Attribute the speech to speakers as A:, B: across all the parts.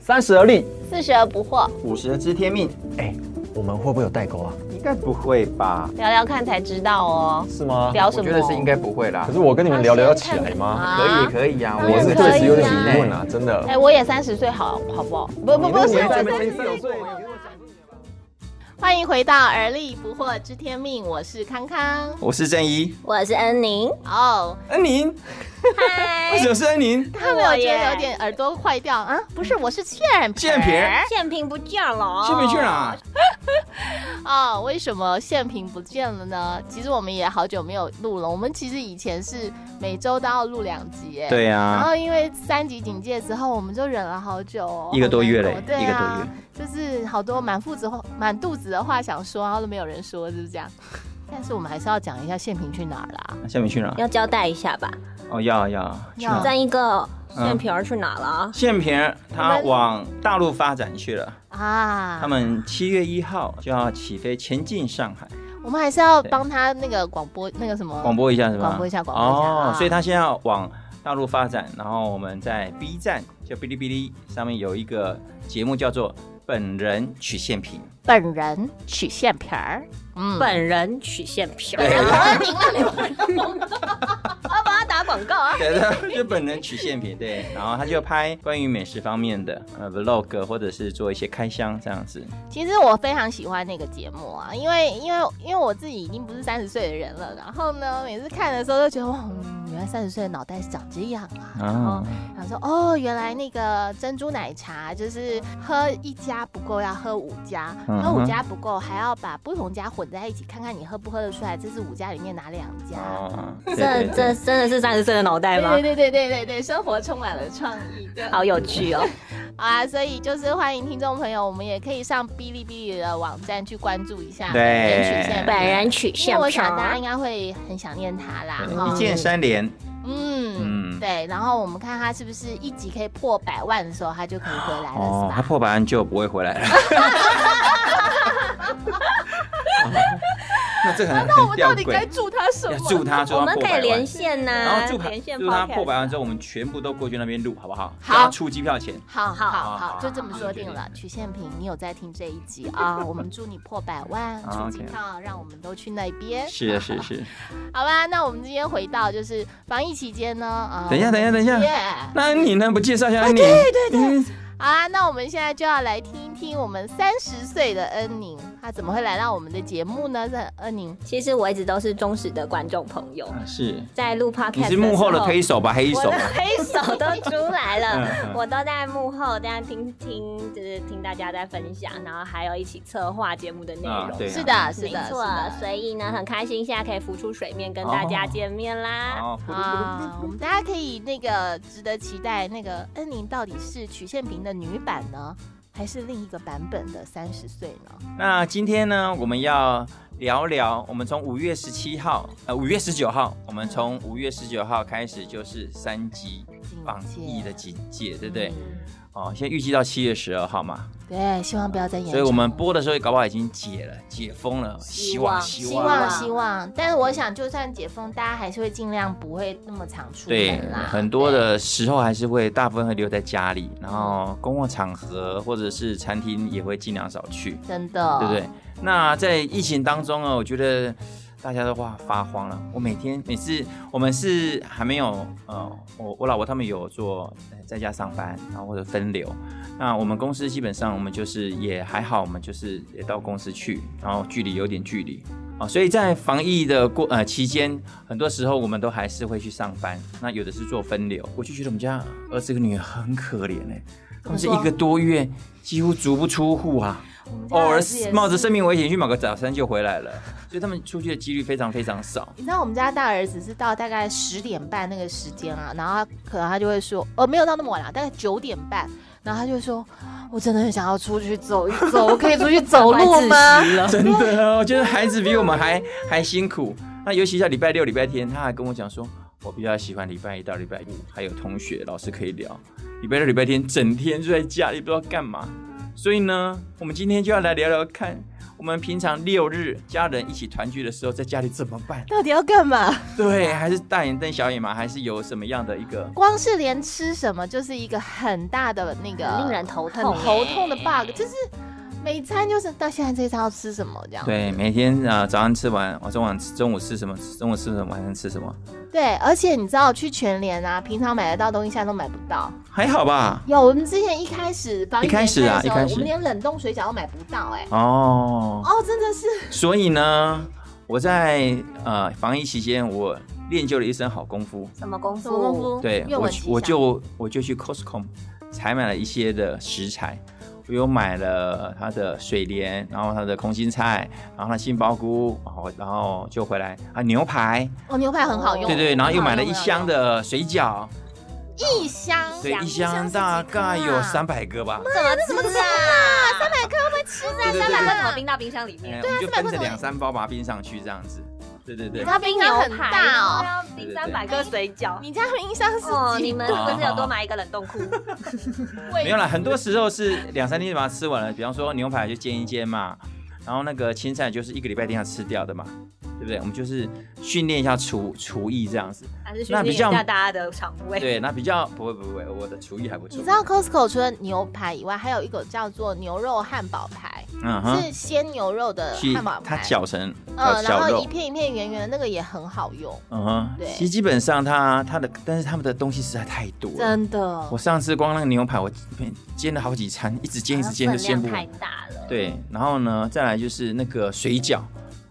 A: 三十而立，
B: 四十而不惑，
C: 五十知天命，
A: 哎，我们会不会有代沟啊？
C: 应该不会吧？
B: 聊聊看才知道哦。
A: 是吗？
B: 聊什
C: 我
B: 么？
C: 觉得是应该不会啦
A: 可。是我跟你们聊聊要起来吗？
C: 可以可以啊，
B: 当然
A: 我
C: 也
A: 是
B: 可以啊
A: 确实有点疑问啊，真
B: 哎、
A: 的。
B: 我也三十岁，好好不好？不不不是，
A: 你那
B: 我
A: 年纪
B: 三
A: 没
B: 十
A: 三十岁
B: 欢迎回到而立不惑知天命，我是康康，
C: 我是正一，
D: 我是恩宁，
B: 哦、
C: 恩宁，为什么是恩宁？
B: 他没有觉得有点耳朵坏掉啊？不是，我是欠皮。
C: 倩萍
B: 哎
C: 儿
D: 现评不见了，
C: 去没去？哪？
B: 哦啊、为什么现评不见了呢？其实我们也好久没有录了，我们其实以前是每周都要录两集耶。。
C: 对
B: 然
C: 啊，
B: 后因为三级警戒之后，我们就忍了好久哦，
C: 一个多月嘞
B: 好难过对啊、
C: 一个多月，
B: 就是好多满肚子话满肚子的话想说，然后都没有人说，是不是这样？但是我们还是要讲一下现评去哪儿啦。
C: 那倩萍去哪？
D: 要交代一下吧。
C: 哦，要要去
B: 要
C: 哪？
D: 咱一个现评儿去哪了？
C: 倩萍儿
B: 我
C: 她
B: 们
C: 往大陆发展去了，
B: 啊，
C: 他们七月一号就要起飞前进上海，
B: 我们还是要帮他那个广播那个什么
C: 广播一下是吧？
B: 广播一下广播一下啊
C: 哦，所以他现在要往大陆发展，然后我们在 B 站就哔哩哔哩上面有一个节目叫做《本人曲线 评》。
B: 本人曲线皮儿，嗯，
D: 本人曲线评儿，哎我要帮他打广告啊！
C: 对对，就本人曲线评对，然后他就拍关于美食方面的呃 vlog，或者是做一些开箱这样子。
B: 其实我非常喜欢那个节目啊，因为因为因为我自己已经不是三十岁的人了，然后呢，每次看的时候都觉得哇，嗯原来三十岁的脑袋是长这样啊，然后
C: 啊
B: 想说哦，原来那个珍珠奶茶就是喝一家不够，要喝五家，
C: 嗯哼
B: 喝五家不够，还要把不同家混在一起，看看你喝不喝得出来，这是五家里面哪两家。
C: 哦，对
D: 这
C: 对
D: 这
C: 对，
D: 真的是三十岁的脑袋吗
B: 对？对对对对对，生活充满了创意。对，
D: 好有趣哦！
B: 好啊，所以就是欢迎听众朋友，我们也可以上哔哩哔哩的网站去关注一下
C: 对
B: 人曲线
D: 本人曲
B: 因
D: 线
B: 为我
D: 评
B: 想大家
D: 儿
B: 应，该会很想念他啦。
C: 对
B: 哈
C: 一键三连，
B: 嗯
C: 嗯
B: 对。然后我们看他是不是一集可以破百万的时候，他就可以回来了，
C: 哦，
B: 是
C: 他
B: 吧？
C: 破百万就不会回 来了。 那这个很
B: 那我
C: 很
B: 们
C: 吊
B: 到底该
C: 诡，
B: 祝他什
C: 要
B: 么？
C: 祝他祝
D: 我
C: 他
D: 们
C: 破
D: 可以
C: 百
D: 连
C: 万。
D: 线
C: 然
D: 呐，
C: 后祝他
D: 嗯连线
C: 祝他破百万
D: podcast
C: 之后，我们全部都过去那边录，好不好？给
B: 好
C: 他出机票钱。
B: 好好好
C: 好
B: 就这么
C: 好
B: 说
C: 好
B: 定
C: 决定
B: 了。曲线平，你有在听这一集啊？我们祝你破百 万，
C: 啊
B: 出
C: OK
B: 机票，让我们都去那边。
C: 是是是。
B: 好吧，那我们今天回到就是防疫期间呢，啊、
C: 等一下等一下等一下
B: 下，
C: 那安妮呢？不介绍一下安妮？嗯对对对。
B: 好啊，那我们现在就要来听一听我们三十岁的恩宁，她怎么会来到我们的节目呢？是恩宁，
D: 其实我一直都是忠实的观众朋友，
C: 啊是。
D: 在录 podcast
C: 你是幕后的
D: 时候
C: 黑手吧？黑
D: 我
C: 手啊
D: 的。 黑手都出
C: 嗯
D: 来了
C: 嗯，
D: 我都在幕后，大家听听，就是听大家在分享，然后还有一起策划节目的内
C: 啊
D: 容。
C: 对啊嗯
B: 是的，是
D: 没
B: 的，是
D: 错，
B: 的。
D: 所以呢，很开心现在可以浮出水面跟大家见面啦。
C: 哦，
B: 啊， 我们大家可以那个值得期待，那个恩宁到底是曲线平的女版呢，还是另一个版本的三十岁呢？
C: 那今天呢，我们要聊聊，我们从五月十七号，呃，五月十九号，我们从五月十九号开始就是三级防疫的警戒，对不对？哦，现在预计到七月十二号嘛，
B: 对，希望不要再演。
C: 所以我们播的时候搞不好已经解了，解封了，希望
D: 希
B: 希
C: 希望
B: 望希望，但是我想，就算解封，大家还是会尽量不会那么常出
C: 对
B: 门，啦。
C: 很多的时候还是会大部分会留在家里，然后公共场合或者是餐厅也会尽量少去。
B: 真的，
C: 对不对？那在疫情当中啊，我觉得大家都哇发慌了。我每天每次我们是还没有呃，我我老婆他们有做呃在家上班，然后或者分流。那我们公司基本上我们就是也还好，我们就是也到公司去，然后距离有点距离。啊，所以在防疫的过呃期间，很多时候我们都还是会去上班，那有的是做分流。我就觉得我们家儿子跟女儿很可怜哎、他们是一个多月几乎足不出户啊。偶尔冒着生命危险去买个早餐就回来了，所以他们出去的几率非常非常少。
B: 你知道我们家大儿子是到大概十点半那个时间啊，然后他可能他就会说，呃，没有到那么晚啦，大概九点半，然后他就会说，我真的很想要出去走一 走，我可以出去走路吗？
C: 真的哦，就是孩子比我们还还辛苦。那尤其在礼拜六、礼拜天，他还跟我讲说，我比较喜欢礼拜一到礼拜五，还有同学、老师可以聊。礼拜六、礼拜天整天就在家里不知道干嘛。所以呢，我们今天就要来聊聊看，我们平常六日家人一起团聚的时候，在家里怎么办？
B: 到底要干嘛？
C: 对，还是大眼瞪小眼吗？还是有什么样的一个？
B: 光是连吃什么就是一个很大的那
C: 哦
B: 个
D: 令人头
B: 很
D: 痛
B: 头痛欸的 bug，就是每餐就是到现在这一餐要吃什么这样。
C: 对，每天啊、呃早上吃完，我中晚吃中午吃什么？中午吃什么？晚上吃什么？
B: 对，而且你知道去全联啊，平常买得到东西现在都买不到。
C: 还好吧？
B: 有，我们之前一开始防疫
C: 一开始啊
B: 的时候
C: 一开始
B: 我们连冷冻水饺都买不到哎、
C: 哦，
B: 哦，真的是
C: 所以呢，我在呃防疫期间，我练就了一身好功夫。
D: 什么功夫？
B: 什么功夫？
C: 对，
B: 愿
C: 我
B: 闻其详
C: 我就我就去 Costco 采买了一些的食材，我有买了它的水莲，然后它的空心菜，然后它杏鲍菇，然后然后就回来啊牛排，
B: 哦，牛排很好用，
C: 对对，然后又买了一箱
B: 的
C: 的水饺，
B: 一箱，
C: 对，一箱
D: 是
C: 大
D: 几颗
C: 概有
D: 啊
C: 三百个吧。
D: 怎么怎么吃啊？三百颗会吃
C: 对
D: 啊？
C: 对
D: 三百
C: 对
D: 颗怎么冰到冰箱里
C: 哎
D: 面？
C: 我们就
B: 300
C: 分着
B: 个
C: 两三包把它冰上去，这样子。对对对，
B: 它冰箱很大哦，
D: 哦，冰三百颗水饺。
B: 你家冰箱是
D: 哦，
B: 几
D: 你们是不是有多买一个冷冻库？
B: 位
C: 没有啦，很多时候是两三天就把它吃完了。比方说牛排就煎一煎嘛，然后那个青菜就是一个礼拜一定要吃掉的嘛，对不对？我们就是训练一下厨厨艺这样子。
D: 还是训练一下大家的肠胃？
C: 对，那比较不会不会，我的厨艺还不错。
B: 你知道 Costco 除了牛排以外，还有一个叫做牛肉汉堡排，
C: 嗯
B: 是鲜牛肉的
C: 去
B: 汉堡
C: 它
B: 排，
C: 搅成
B: 嗯，然
C: 绞
B: 后
C: 肉
B: 一，片一片圆圆的那个也很好用，
C: 嗯哼
B: 对，
C: 其实基本上它它的，但是他们的东西实在太多了。
B: 真的
C: 我。上次光那个牛排，我煎了好几餐，一直煎一直煎就煎不
D: 分量
C: 完
D: 太。大了。
C: 对，然后呢，再来就是那个水饺，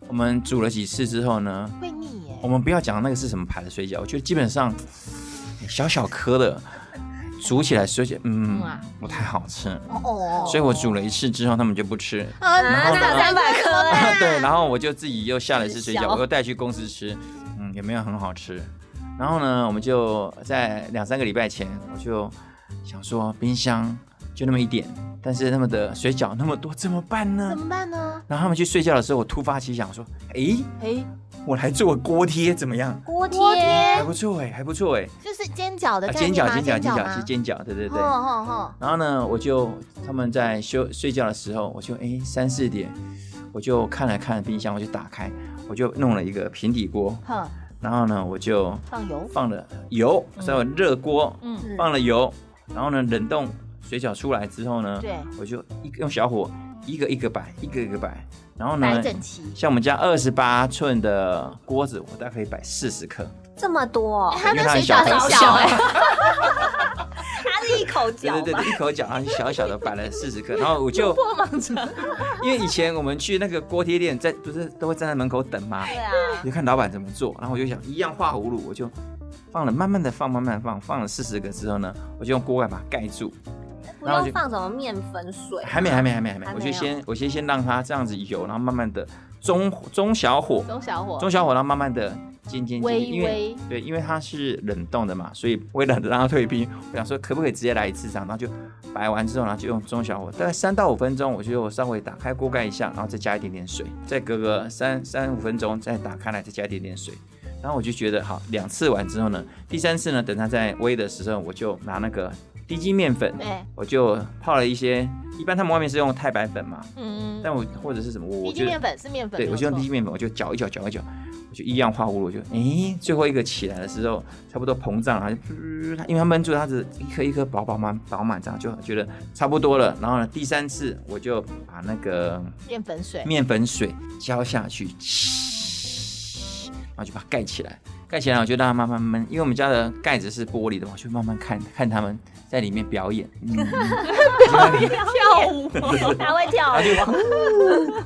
C: 我们煮了几次之后呢，
B: 会腻耶
C: 我，们不要讲那个是什么牌的水饺，我觉得基本上小小颗的煮起来水饺，嗯
B: 嗯啊，
C: 不太好吃，
B: 哦哦
C: 所以我煮了一次之后，他们就不吃。
B: 啊，
D: 然
C: 后呢
B: 那三百颗哎，
C: 对，然后我就自己又下了一次水
D: 很
C: 饺，
D: 小
C: 我又带去公司吃，嗯，也没有很好吃。然后呢，我们就在两三个礼拜前，我就想说冰箱就那么一点，但是他们的水饺那么多，怎么办呢
B: 怎？么办呢？
C: 然后他们去睡觉的时候，我突发奇想说，诶，
B: 哎，
C: 我来做个锅贴怎么样？
D: 锅贴
B: 锅
C: 还
B: 贴
C: 不错诶，还不错诶。
B: 就是煎饺的
C: 啊
B: 概
C: 煎
B: 念
C: 饺
B: 吗？
C: 煎饺煎饺
B: 吗
C: 是？煎饺，对对对。
B: 哦哦哦，
C: 然后呢，我就他们在休睡觉的时候，我就诶三四点，我就看了看冰箱，我就打开，我就弄了一个平底锅，
B: 哼，
C: 然后呢，我就
B: 放油，
C: 放了油，稍微热锅，
B: 嗯，
C: 放了油，然后呢冷冻水饺出来之后呢，
B: 对，
C: 我就一个用小火一个一个摆，一个一个摆，然后呢
B: 摆，整齐。
C: 像我们家二十八寸的锅子，我大概可以摆四十克，
D: 这么多
B: 哎，它
C: 因
B: 的
C: 为它很
B: 水
C: 小
B: 饺
C: 很
B: 很小
C: 小
B: 哎，
D: 它是一口
C: 对
D: 嚼
C: 对对，
D: 吧？
C: 对一口饺，然后小小的摆了四十克，然后我就
B: 破盲肠，
C: 因为以前我们去那个锅贴店，在不是都会站在门口等吗？
D: 对啊，
C: 就看老板怎么做，然后我就想一样画葫芦，我就放了，慢慢的放，慢慢地放，放了四十个之后呢，我就用锅盖把它盖住，
D: 不
C: 然后
D: 用
C: 就
D: 放什么面粉水，
C: 还没，还没，还没，还没
D: 还，没
C: 我就
D: 有
C: 先我先先让它这样子油，然后慢慢的中中小火，
B: 中小火，
C: 中小火，然后慢慢的煎煎煎，
B: 微
C: 因为
B: 微
C: 对，因为它是冷冻的嘛，所以为了让它退冰，我想说可不可以直接来一次这样，然后就摆完之后，然后就用中小火，大概三到五分钟，我觉得我稍微打开锅盖一下，然后再加一点点水，再隔个三三五分钟再打开来，再加一点点水。然后我就觉得好，两次完之后呢，第三次呢，等它在煨的时候，我就拿那个低筋面粉，
B: 对，
C: 我就泡了一些，一般他们外面是用太白粉嘛，
B: 嗯，
C: 但我或者是什么，我
B: 低
C: 我
B: 筋
C: 觉得
B: 面粉是面粉，
C: 对，
B: 没
C: 我
B: 有
C: 就用
B: 错
C: 低筋面粉，我就搅一搅，搅一搅，我就一样画葫芦，我就诶，最后一个起来的时候，差不多膨胀了，它就噗它因为它闷住，它只一颗一颗饱饱满饱满这样，就觉得差不多了。然后呢，第三次我就把那个
B: 面粉水，
C: 面粉水浇下去，然后就把它盖起来。盖起来，我就让它慢慢闷，因为我们家的盖子是玻璃的嘛，我就慢慢看看他们在里面表演。 嗯，
D: 跳舞，它会跳
C: 然后就
D: 舞，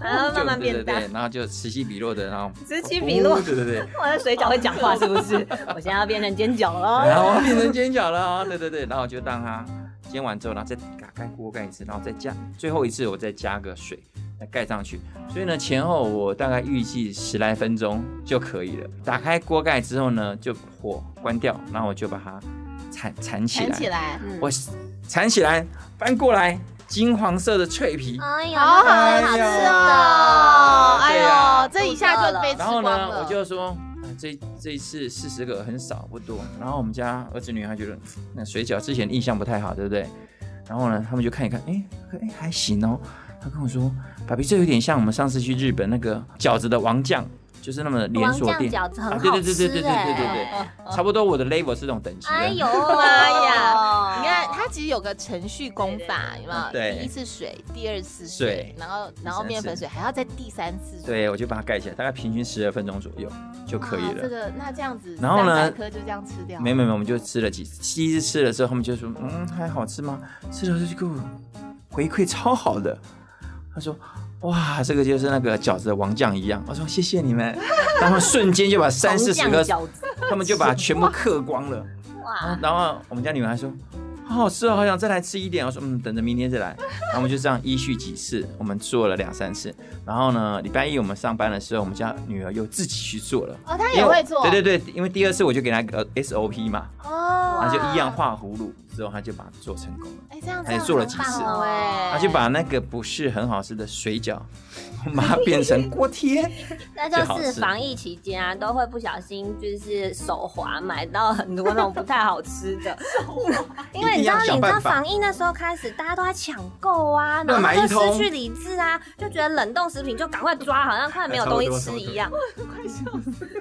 D: 然后慢慢
C: 就对
D: 变
C: 对
D: 大
C: 对，。然后就此起彼落的，然后
D: 此起彼落
C: 对对对，
D: 我的水饺会讲话是不是？我现在要变成煎饺了。
C: 然后变成煎饺了啊！ 对对对，然后我就让它煎完之后，然后再打开锅盖一次，然后再加最后一次，我再加个水来盖上去。所以呢，前后我大概预计十来分钟就可以了。打开锅盖之后呢，就火关掉，然后我就把它铲铲起来，
B: 弹起来，
C: 我铲起来，翻过来，金黄色的脆皮。
D: 哎呀，
B: 好好
D: 那
B: 好吃
D: 个真的
B: 哦！
C: 哎呀
B: 哎呦，
D: 对啊
B: 这一下就被吃
C: 然后
B: 光
C: 呢，
B: 了。
C: 我就说，啊、这这一次四十个很少不多。然后我们家儿子女还觉得嗯那水饺之前印象不太好，对不对？然后呢，他们就看一看，哎，哎还行哦。他跟我说，爸比这有点像我们上次去日本那个饺子的王酱，就是那么连
D: 王
C: 锁
D: 酱
C: 店，
D: 饺子
C: 啊
D: 很
C: 对
D: 好
C: 对对对
D: 吃
C: 对对对对
D: 哎！
C: 对，差不多我的 level 是这种等级的。
D: 哎呦
B: 妈呀
D: 呀！
B: 你看，它其实有个程序功法，有没有？
C: 对
B: 第一次水，第二次水
C: 水，
B: 然后然后
C: 第三次
B: 面粉水，还要再第三次水，
C: 对，我就把它盖起来，大概平均十二分钟左右就可以
B: 哇啊这
C: 了。
B: 个那这样子，
C: 然后呢
B: 300颗就这样吃掉，
C: 没没没，我们就吃了几次，第一次吃了之后，他们就说，嗯，还好吃吗？吃了之后就给我回馈超好的，他说。哇，这个就是那个饺子的王酱一样。我说谢谢你们，他们瞬间就把三四十
D: 红
C: 个
D: 酱饺子，
C: 他们就把全部嗑光 了。
D: 哇！
C: 然后我们家女儿还说。好好吃哦，好想再来吃一点。我说，嗯，等着明天再来。然后我们就这样依序几次，我们做了两三次。然后呢，礼拜一我们上班的时候，我们家女儿又自己去做了，
B: 哦，它
C: 因
B: 也
C: 为
B: 会做，
C: 对对对，因为第二次我就给她个 SOP 嘛，
B: 哦，
C: 她就一样画葫芦，之后她就把它做成功了。
B: 哎，这样子
C: 还做了几次
B: 很棒哦哎，
C: 她就把那个不是很好吃的水饺，把它变成锅 贴。
D: 那就是防疫期间啊，都会不小心就是手滑买到很多那种不太好吃的， 因为你知道，
C: 一定要想
D: 你知道
C: 办法
D: 防疫那时候开始，大家都在抢购啊，然
C: 乱
D: 后
C: 买
D: 就
C: 一通
D: 失去理智啊，就觉得冷冻食品就赶快抓，好像快没有东西吃一样，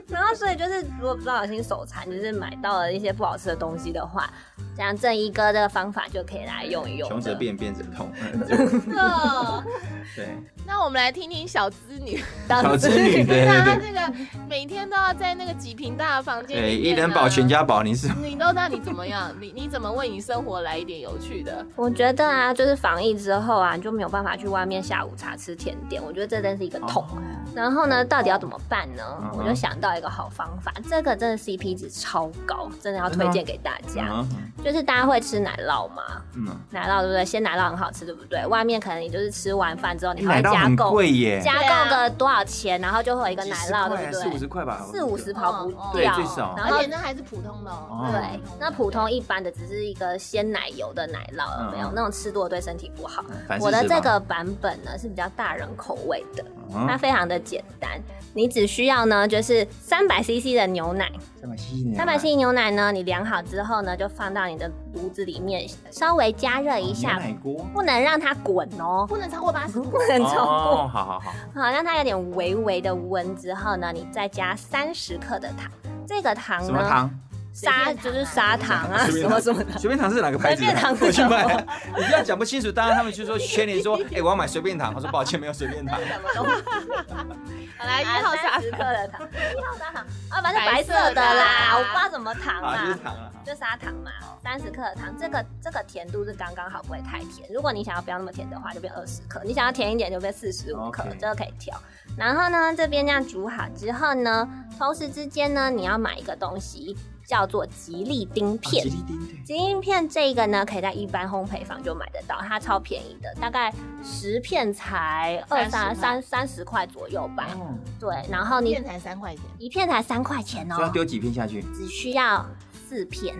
D: 然后所以就是，如果不小心手残，就是买到了一些不好吃的东西的话，这样正一哥这个方法就可以来用一用的。
C: 穷则变，变则痛。 就 对，
B: 那我们来听听小资女，
D: 啊
C: 小织女，对对
B: 那她
C: 对，
B: 这个每天都要在那个几平大的房
C: 对，
B: 间
C: 哎
B: 里面啊，
C: 一人保全家保，你是
B: 你都那你怎么样？你你怎么为你生活来一点有趣的？
D: 我觉得啊，就是防疫之后啊，你就没有办法去外面下午茶吃甜点，我觉得这真是一个痛。然后呢，到底要怎么办呢？
C: 哦嗯哼
D: 我就想到一个好方法，这个真的 CP 值超高，真的要推荐给大家。
C: 嗯
D: 就是大家会吃奶酪吗？
C: 嗯，
D: 奶酪对不对？鲜奶酪很好吃，对不对？外面可能你就是吃完饭之后，你还
C: 哎奶酪
D: 会加
C: 很
D: 购，
C: 贵耶，
D: 加
B: 对啊
D: 购个多少钱，然后就会有一个
C: 几
D: 奶
C: 十
D: 酪，
C: 块
D: 对
C: 还
D: 不
C: 是
D: 对？
C: 四五十块吧，
D: 四五十跑不掉，
C: 对最少
D: 然
B: 嗯而
D: 后
B: 且那还是普通的哦。
C: 哦
D: 对，那普通一般的只是一个鲜奶油的奶酪，有没有？
C: 嗯嗯
D: 那种吃多了对身体不好。
C: 反
D: 我
C: 式
D: 的
C: 是
D: 这
C: 吧
D: 个版本呢是比较大人口味的，它
C: 嗯，
D: 非常的简单，你只需要呢就是三百 CC 的牛奶，
C: 三百七十，
D: 三百 CC 牛奶呢你量好之后呢就放到你的炉子里面稍微加热一
C: 哦牛
D: 下，
C: 奶 锅，
D: 不能让它滚哦，
B: 不能超过八十
D: 不能超过，
C: 哦，好好好，
D: 好让它有点微微的温之后呢，你再加三十克的糖，这个糖
C: 什么
D: 呢
C: 糖？
D: 砂就是砂糖啊
C: 随
D: 什
C: 便
D: 么
C: 糖
D: 什么的。
C: 随便糖是哪个牌子的？
D: 随便糖是
C: 我去
D: 什么
C: 买。你不要讲不清楚，当然他们就说圈你说，哎，我要买随便糖，我说抱歉，没有随便糖。
D: 什么东西？
B: 好来
D: 十克的糖，一号砂糖啊，反正白色的啦，我不知道什么糖
C: 啊，就是
D: 啦，
C: 糖了。
D: 就砂糖嘛，三十克的糖，这个这个甜度是刚刚好，不会太甜。如果你想要不要那么甜的话，就变二十克；你想要甜一点，就变四十五克
C: OK，
D: 这个可以调。然后呢，这边这样煮好之后呢，同时之间呢，你要买一个东西叫做吉利丁片
C: 啊吉。利丁对，
D: 吉利丁片这个呢，可以在一般烘焙坊就买得到，它超便宜的，大概十片才二三三三十块左右吧。
C: 哦，
D: 对，然后
B: 片
D: 你
B: 才三块钱，
D: 一片才三块钱
C: 所以要
D: 哦，
C: 丢几片下去？
D: 只需要四片，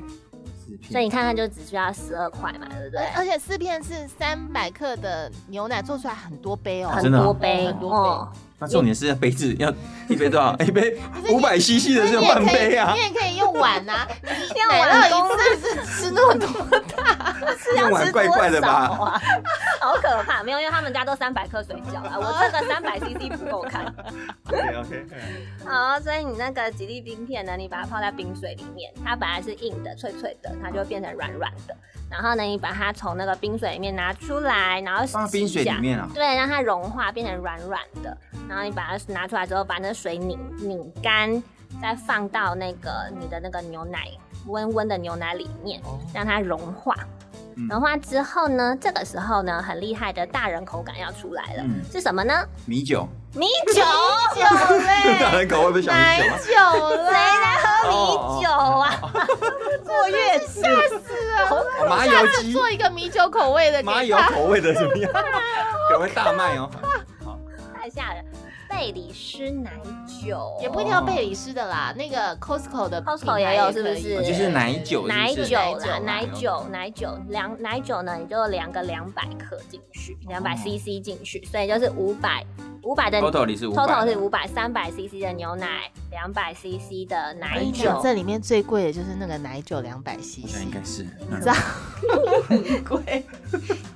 C: 四片。
D: 所以你看看就只需要十二块嘛，对不对
C: 啊
B: 而？而且四片是三百克的牛奶，做出来很多杯哦。
C: 真
D: 很
C: 的啊
D: 多杯，
B: 很多杯
D: 哦，
C: 那重点是杯子要一杯多少？一杯五百 CC 的
B: 你
C: 是
B: 也
C: 半
B: 可以，
C: 杯啊
B: 你，也可以用 碗呐、啊，你
D: 要碗
B: 奶
D: 公
B: 酪一次是吃那么多，
C: 用
D: 吃
C: 完
D: 多
C: 怪怪的吧
D: 少？啊？好可怕，没有，因为他们家都三百克水饺了，我这个三百 CC 不够看。
C: OK OK，
D: 好，所以你那个吉利冰片呢，你把它泡在冰水里面，它本来是硬的、脆脆的，它就会变成软软的。然后呢，你把它从那个冰水里面拿出来，然后
C: 放到冰水
D: 洗一
C: 里
D: 下
C: 面啊。
D: 对，让它融化变成软软的，然后你把它拿出来之后，把那水拧拧干，再放到那个你的那个牛奶温温的牛奶里面，让它融化
C: 哦嗯。
D: 融化之后呢，这个时候呢，很厉害的大人口感要出来了，
C: 嗯
D: 是什么呢？
C: 米酒，
D: 米酒。
B: 酒
C: 大
B: 嘞，
C: 人口味不想
B: 奶
C: 米酒啊。哦
B: 酒
D: 谁
B: 嘞，
D: 在喝米酒啊？
B: 坐月子吓死了。
C: 哦麻油鸡，
B: 做一个米酒口味的
C: 麻
B: 给
C: 油
B: 他，
C: 口味的怎么样？可能会大卖哦。
D: 太吓人！贝里斯奶酒
B: 也不一定要贝里斯的啦，那个 Costco 的
D: Costco
B: 品牌
D: 也有
B: 可以
D: 是不是
C: 哦就是奶酒哎
D: 奶酒啦，奶
C: 奶
D: 酒
C: 酒
D: 奶酒两奶酒呢，你就量个两百克进去，两百
C: 哦
D: CC 进去，所以就是五百五百的
C: Total 里是五
D: total 是五百三百 CC 的牛奶，两百 CC 的奶
C: 哎
B: 跟你
D: 酒
B: 讲，。这里面最
C: 嗯
B: 贵的就是那个奶酒两百 CC，
C: 应该是。
B: 知道
D: 贵，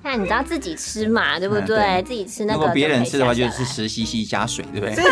D: 但你知道自己吃嘛，对不
C: 嗯
D: 对？
C: 对
D: 自己吃那
C: 如
D: 个，
C: 果别人吃的话，就是十 CC 加水，对不对？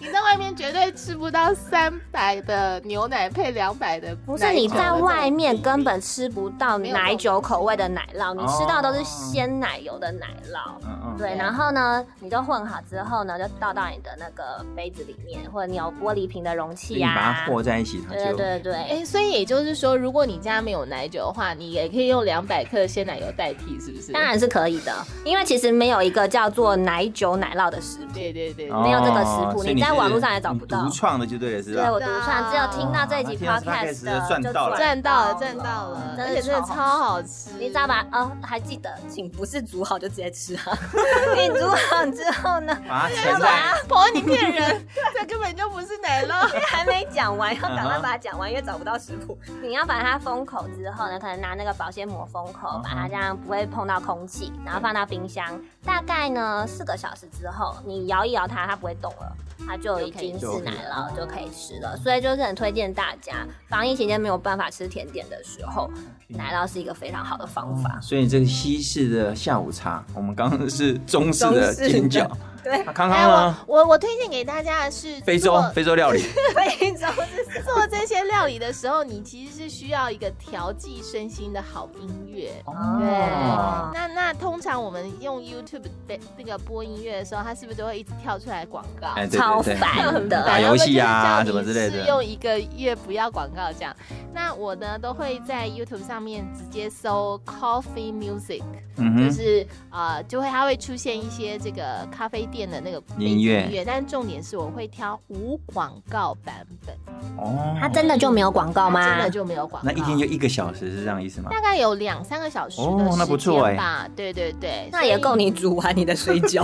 B: 你在外面绝对吃不到三百的牛奶配两百的奶
D: 不是你
B: 口的
D: 在
B: 这种
D: 外面
B: 比例
D: 根本吃不到
B: 没有
D: 奶酒口味的奶酪，你吃到都是
C: 哦
D: 鲜奶油的奶酪。
C: 嗯嗯。
D: 对，
B: 对
D: 然后呢，你就混好之后呢，就倒到你的那个杯子里面，或者你有玻璃瓶的容器
C: 你把它
D: 呀、
C: 和在一起，它
D: 对
C: 就
D: 对对
B: 哎、
D: 对，
B: 所以也就是说，如果你家没有奶酒的话，你也可以用两百克鲜奶油代替，是不是？
D: 当，然是可以的，因为其实没有一个叫做奶酒奶酪的食谱，
B: 对对对。
C: 哦
D: 没有这个食谱
C: 所以
D: 你在
C: 是
D: 网络上也找不到
C: 你独创的就对了，是
D: 对
C: 吧？
D: 我独创，只有听到这一集
C: 哇那
D: podcast
C: 听到
D: 的
C: podcast 赚到了
B: 赚到了，赚
D: 赚
B: 到了，
D: 真的
B: 而且真的
D: 超
B: 超
D: 好
B: 好吃。
D: 哦你只要把哦，还记得，请不是煮好就直接吃啊。 你煮好之后呢，
C: 把它盛在，
B: 婆，你骗人，这根本就不是奶 酪。
D: 还没讲完，要赶快把它讲完，因为找不到食谱。你要把它封口之后呢，可能拿那个保鲜膜封口，把它这样不会碰到空气，然后放到冰箱，大概呢四个小时之后，你摇一摇它，它不会动了。它就已经是奶酪，就可以吃了，所以就是很推荐大家，防疫期间没有办法吃甜点的时候，奶酪是一个非常好的方法。
C: 所以这个西式的下午茶，我们刚刚是中式
D: 中
C: 的
D: 式的
C: 煎饺。
D: 对
C: 啊，康康
B: 哎，我
C: 呢？
B: 我我推荐给大家的是
C: 非洲
B: 做
C: 非洲料理，
D: 非洲是什么
B: 做这些料理的时候，你其实是需要一个调剂身心的好音乐。嗯
C: 哦
B: 那那通常我们用 YouTube 的那个播音乐的时候，它是不是都会一直跳出来广告？
C: 哎，对
D: 超
C: 对
D: 烦
C: 对，
D: 的
C: 打游戏啊，什
B: 然
C: 么
B: 后
C: 之
B: 就
C: 类
B: 是叫你试
C: 的。
B: 用一个月不要广告这样。那我呢都会在 YouTube 上面直接搜 Coffee Music，、
C: 嗯
B: 就
C: 哼，
B: 是呃，就会它会出现一些这个咖啡店的那个背景
C: 音乐
B: 乐，但重点是我会挑无广告版本，
C: 哦，
D: 它 真的就没有广告吗？
B: 真的就没有广告，
C: 那一天就一个小时，是这样意思吗？
B: 大概有两三个小时的时间吧，
C: 哦那不错
B: 对对对，
D: 那也够
B: 所以
D: 你煮完你的水饺。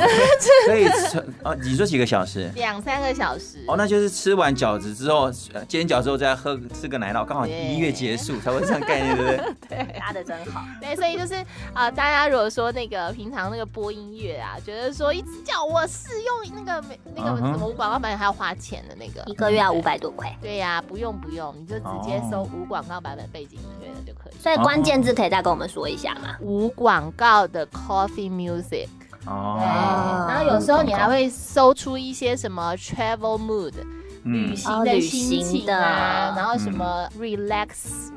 C: 可以吃哦，你说几个小时？
B: 两三个小时。
C: 哦，那就是吃完饺子之后，呃煎饺之后再喝吃个奶酪，刚好
B: 对
C: 一月结束才会这样概念，对不对？
D: 搭的真好，
B: 对，所以就是啊、呃大家如果说那个平常那个播音乐啊，觉得说一直叫我试用那个没那个
C: 嗯哼
B: 什么无广告版本还要花钱的那个
D: 一，个月要五百多块，
B: 对呀、不用不用，你就直接搜
C: 哦
B: 无广告版本背景音乐的就可以。
D: 所以关键字可以再跟我们说一下吗？
B: 无广告的 Coffee Music，对，
C: 哦，
B: 然后有时候你还会搜出一些什么 Travel Mood 旅
C: 嗯，
B: 行
D: 哦
B: 的
D: 旅
B: 心
D: 行
B: 情
D: 的
B: 啊，然后什么 Relax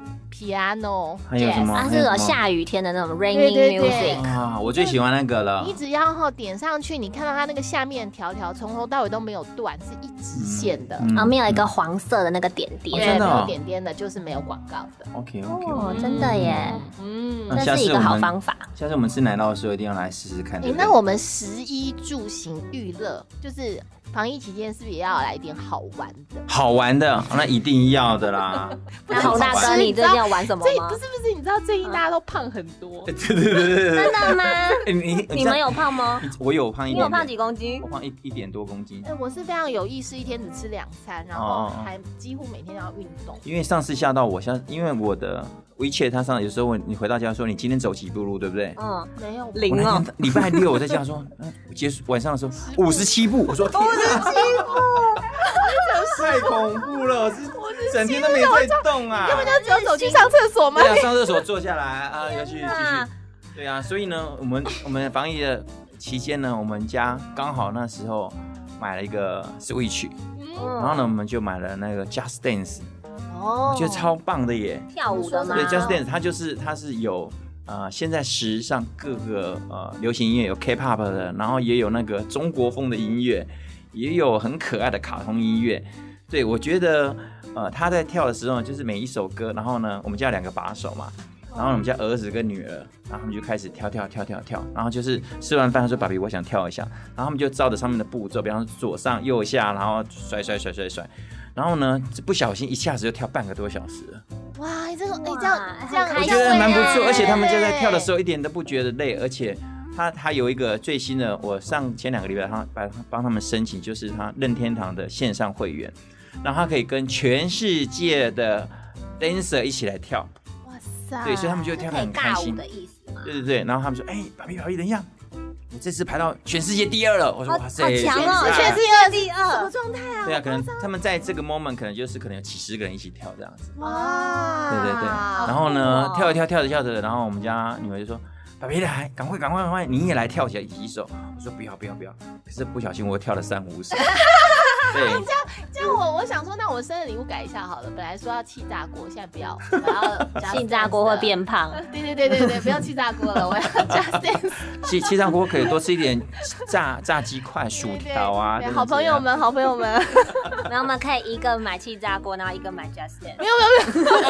B: Piano
C: 还有什
B: Jazz
C: 么。
D: 啊它是有下雨天的那种 raining
B: 对对对
D: music，
C: 啊，我最喜欢那个了
B: 你。只要哈点上去，你看到它那个下面条条从头到尾都没有断，是一直线的，
C: 嗯
D: 旁哦边有一个黄色的那个点
C: 哦
B: 对，
D: 点。
C: 真的
B: 没
C: 哦
B: 有点点的，就是没有广告的。
C: OK
D: 哦，
C: OK，
D: 真的耶，
B: 嗯，
C: 嗯
D: 这是一个好方法。
C: 下次我们吃奶酪的时候一定要来试试看。
B: 诶
D: 哎
C: 对不对
B: 那我们十一住行娱乐，就是防疫期间是不是也要来一点好玩的？
C: 好玩的，那一定要的啦。
D: 那洪大
B: 好
D: 哥，
B: 玩
D: 你最近要玩什么
B: 最
D: 吗
B: 不？是不是，你知道最近大家都胖很多
C: 对，对对对 对
D: 真的吗？
C: 对，你 你
D: 你们？有胖吗
C: 你？我有胖一
D: 你
C: 点
D: 有
C: 点，
D: 胖几公斤
C: 我？胖一一点多公斤
B: 哎、。我是非常有意识，一天只吃两餐，然后
C: 哦哦哦
B: 还几乎每天要运动。
C: 因为上次吓到我，下因为我的 WeChat 它上有时候你回到家说你今天走几步路，对不对？
D: 嗯，
B: 没有，
C: 我
D: 零
C: 那
D: 哦
C: 天，礼拜六我在家说，嗯，我结束晚上的时候五十七步，我说天啊，太恐怖了，我是整天都没在动啊。
B: 那只有走去上厕所吗
C: 对？啊，上厕所坐下来啊，要去继
D: 天哪
C: 续。对啊，所以呢，我们我们防疫的期间呢，我们家刚好那时候买了一个 Switch，
B: 嗯
C: 然后
D: 嗯，
C: 呢，我们就买了那个 Just Dance，
B: 哦
C: 我觉得超棒的耶。
D: 跳舞的吗？
C: 对，Just Dance 它就是它是有呃，现在时尚各个呃流行音乐有 K-pop 的，然后也有那个中国风的音乐，也有很可爱的卡通音乐。对，我觉得呃他在跳的时候，就是每一首歌，然后呢，我们家有两个把手嘛。然后我们家儿子跟女儿，然后他们就开始跳跳跳跳跳，然后就是吃完饭他说：“爸比，我想跳一下。”然后他们就照着上面的步骤，比方说左上右下，然后甩甩甩甩甩，然后呢，不小心一下子就跳半个多小时了。
B: 哇，这个哎、
D: 哇
B: 这样
D: 很
B: 这样，
D: 开
C: 我
D: 心
C: 觉得蛮不错，而且他们就在跳的时
B: 候，
C: 候一点都不觉得累，而且他他有一个最新的，我上前两个礼拜他帮帮他们申请，就是他任天堂的线上会员，然后他可以跟全世界的 dancer 一起来跳，
B: 哇塞，
C: 对，所以他们就跳
D: 是
C: 得
D: 可以
C: 很开
D: 尬舞
C: 心
D: 的，意思吗？
C: 对对对，然后他们说，哎、爸比爸比，等一下。你这次排到全世界第二了。”我说：“
D: 好
C: 哇塞，
D: 好强哦，
C: 哇
B: 全世界
D: 第
B: 什
D: 二
B: 么，状态啊？
C: 对啊，可能他们在这个 moment 可能就是可能有几十个人一起跳这样子，
B: 哇，
C: 对对对。
B: 啊
C: 然后呢，跳一跳，跳着跳着，然后我们家女儿就说：“爸爸来，赶快赶快赶快，你也来跳起来一首。”我说：“不要不要不要。”可是不小心我跳了三 五首。对，
B: 这样我我想说，那我生日礼物改一下好了。本来说要气炸锅，现在不要，我要 加
D: 气炸锅会
B: dance 的。
D: 变胖，
B: 对对对对对，不要气炸锅了，我要 加 dance。
C: 气气炸锅可以多吃一点炸炸鸡块、薯
B: 对对
C: 条啊。
B: 对
C: 等等
B: 好朋友们，好朋友们，
D: 然后我们可以一个买气炸锅，然后一个买 Justin。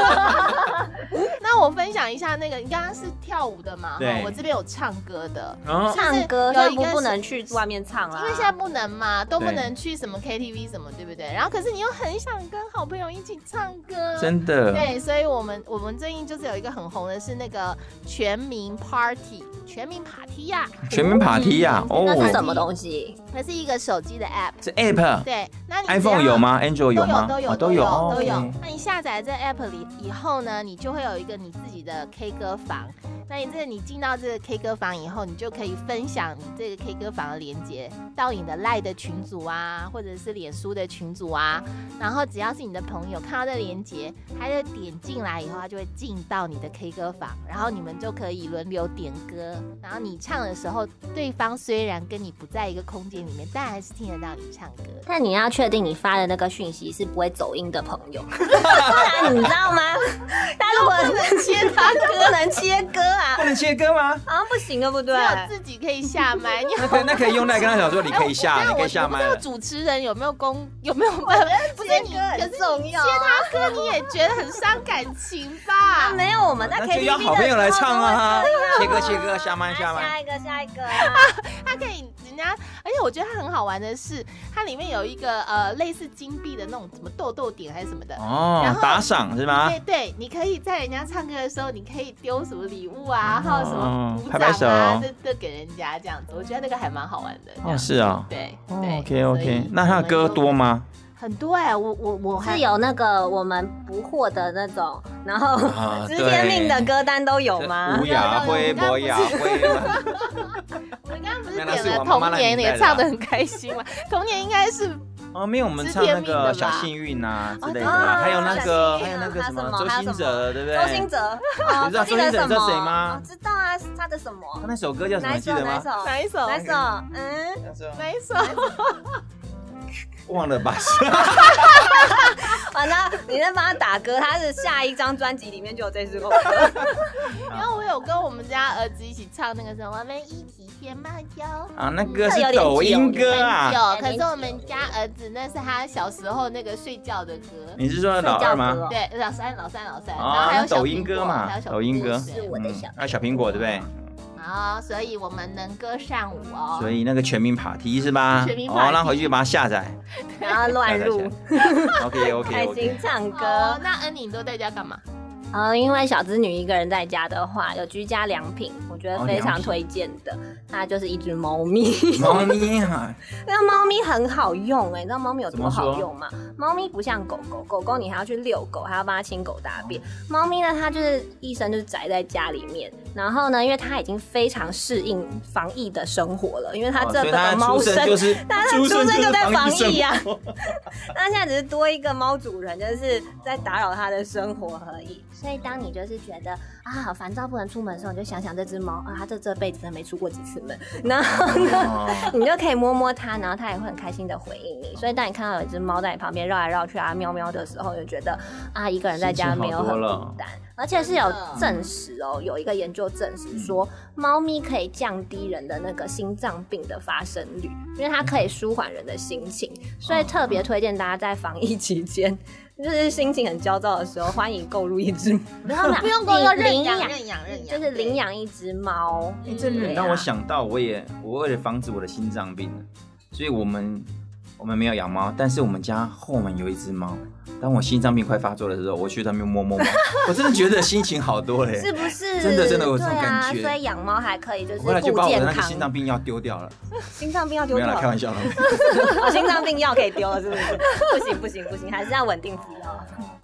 B: 那我分享一下那个，你刚刚是跳舞的嘛？
C: 对
B: 哈我这边有唱歌的，
C: 这样子。啊，
D: 唱
B: 有
D: 歌，要
B: 一
D: 不
B: 个
D: 不
B: 是
D: 能去外面唱啦，
B: 因为现在不能嘛，都不
C: 对
B: 能去什么 KTV 什么，对不对？然后可是你又很想跟好朋友一起唱歌，
C: 真的。
B: 对，所以我们我们最近就是有一个很红的是那个全民 Party，全民 Party 呀、
C: 全民 party
B: 嗯
C: 呀、
D: 那是
C: 哦，
D: 什么东西？
B: 它是一个手机的 App，
C: 这 app
B: 对，那你只要
C: iPhone 有？吗？Android
B: 都有
C: 吗？
B: 都有
C: 哦
B: 都
C: 有
B: 有
C: 哦
B: 都有
C: OK。
B: 那你下载这 app 里以后呢，你就会有一个你自己的 K 歌房。那你这你进到这个 K 歌房以后，你就可以分享你这个 K 歌房的连接到你的赖的群组啊，或者是脸书的群组啊。然后只要是你的朋友看到这连接，他就点进来以后，他就会进到你的 K 歌房，然后你们就可以轮流点歌。然后你唱的时候，对方虽然跟你不在一个空间里面，但还是听得到你唱歌。
D: 但你要确定你发的那个讯息是不会走音的朋 友，不然你知道吗？他如果不能切他歌，能切歌啊，
C: 不能切歌啊吗？
D: 好啊像不行，对不对
B: 只？有自己可以下麦， 你
C: 那可以那可以用那跟他讲说，你可以下，
B: 哎
C: 你
B: 我
C: 可以下麦
B: 我不
C: 了
B: 知道。主持人有没有公有没有办法？不是你，可是
D: 重要
B: 切他歌你也觉得很伤感情
D: 啊，
B: 吧？
D: 没有，我们在
C: 那
D: KTV
C: 就要好朋友来唱啊
D: 的时候都会！
C: 切歌切歌，下麦
D: 这样
C: 下麦。
D: 啊下一个，下一个啊，
B: 他可以人家，而且我觉得它很好玩的是，它里面有一个呃类似金币的那种什么豆豆点还是什么的。然
C: 哦
B: 后，
C: 打赏是吗
B: 对？对，你可以在人家唱歌的时候，你可以丢什么礼物啊，
C: 哦
B: 还有什么鼓
C: 拍拍手
B: 掌啊，这这给人家这样子，我觉得那个还蛮好玩的。这
C: 哦，
B: 样
C: 是啊。
B: 对对。
C: OK
B: 所
C: OK，
B: 以
C: 那他的歌
B: 我们就
C: 多吗？
B: 很多哎，我我我还
D: 是有那个我们不获的那种，然后
C: 啊
D: 直接命的歌单都有吗
C: 吴？雅辉、
B: 那那
C: 博雅辉，
B: 我们刚刚不
C: 那
B: 是点
C: 那是
B: 了
C: 我妈妈
B: 童
C: 那年
B: 年，
C: 代
B: 也
C: 的
B: 唱
C: 啦
B: 的很开心嘛。 童年应该是
C: 哦，没有，我们
B: 是
C: 唱那
B: 天命的
C: 个小
B: 吧
C: 幸运啊之
B: 哦
C: 类
B: 对
C: 的啊，
D: 哦
C: 还有那个，
D: 小
C: 还有那个
D: 幸
C: 什
D: 运
C: 么
D: 啊还有
C: 周
D: 什么
C: 兴哲，对不
D: 周
C: 对？
D: 兴哲，哦
C: 你知道周兴哲你知道谁吗
D: 哦知道啊，他的什
C: 他
D: 么？
C: 那首歌叫什么？
D: 哪一
C: 你记
D: 首？
C: 得
D: 哪一
C: 吗
D: 首？？
B: 哪一首？
D: 哪一首？嗯。
C: 那时候
B: 哪一首？
C: 忘了吧？
D: 完了，你在帮他打歌，他是下一张专辑里面就有这首歌。
B: 因为我有跟我们家儿子一起唱那个什么，我们一起天慢跳。
C: 啊，那歌是抖音歌啊。
B: 有，可是我们家儿子那是他小时候那个睡觉的歌。
C: 你是说老二吗？
B: 对，老三，老三，老三，
C: 嗯哦
B: 然后还有
C: 那
B: 小
C: 抖音
B: 苹果
C: 歌嘛
B: 还有小
C: 抖音
B: 苹
C: 歌
B: 果对
D: 我的小
C: 啊，小苹果对不对？
B: 好，哦所以我们能歌善舞哦。
C: 所以那个全民 party 是吧？
B: 全民
C: 哦
B: party，
C: 那回去把它下载，
D: 然后乱入，
C: OK
D: 开
C: OK
D: 心
C: OK。
D: 唱
B: 哦
D: 歌。
B: 那恩妮你都在家干嘛？
D: 嗯，因为小资女一个人在家的话，有居家良品，我觉得非
C: 哦良
D: 常
C: 品
D: 推荐的，它就是一只猫咪。
C: 猫咪 啊，
D: 那猫咪很好用哎、你知道猫咪有多
C: 怎么
D: 好
C: 说
D: 用吗？猫咪不像狗狗，狗狗你还要去遛狗，还要帮它清狗大便。猫咪呢，它就是一生就是宅在家里面，然后呢，因为它已经非常适应防疫的生活了，因为它
C: 哦
D: 这
C: 所以
D: 个
C: 它
D: 猫
C: 出生就是
D: 它它出
C: 生
D: 生就在
C: 防
D: 防疫啊
C: 生活
D: 那现在只是多一个猫主人，就是在打扰它的生活而已。所以当你就是觉得啊好烦躁不能出门的时候，你就想想这只猫啊，它这这辈子真的没出过几次门， 然后 呢，
C: 哦
D: 你就可以摸摸它，然后它也会很开心的回应你。所以当你看到有一只猫在你旁边绕来绕去啊喵喵的时候，就觉得啊一个人在家没有很
C: 心情好多
D: 孤
C: 了
D: 单，而且是有
B: 真的
D: 证实哦，有一个研究证实说，猫咪可以降低人的那个心脏病的发生率，因为它可以舒缓人的心情，所以特别推荐大家在防疫期间，就是心情很焦躁的时候，欢迎购入一只，不用
B: 不用跟我
D: 领
B: 认养，
D: 哦养，
B: 认养，认
D: 就
B: 养，
D: 是领养一只猫。
C: 哎这
D: 对啊
C: 让我想到，我也我为了防止我的心脏病，所以我们我们没有养猫，但是我们家后门有一只猫。当我心脏病快发作的时候，我去那边摸摸 猫，我真的觉得心情好多了耶。
D: 是不是？
C: 真的真的有这
D: 对
C: 种
D: 啊，
C: 感觉
D: 所以养猫还可以，就是
C: 我回来就
D: 顾
C: 把我
D: 健
C: 的那个
D: 康。
C: 心脏病药丢掉了，
D: 心脏病要丢
C: 没有
D: 掉
C: 啦，开
D: 了，
C: 玩笑的。
D: 哦心脏病药可以丢了，是不是？不行不行不行，还是要稳定服药。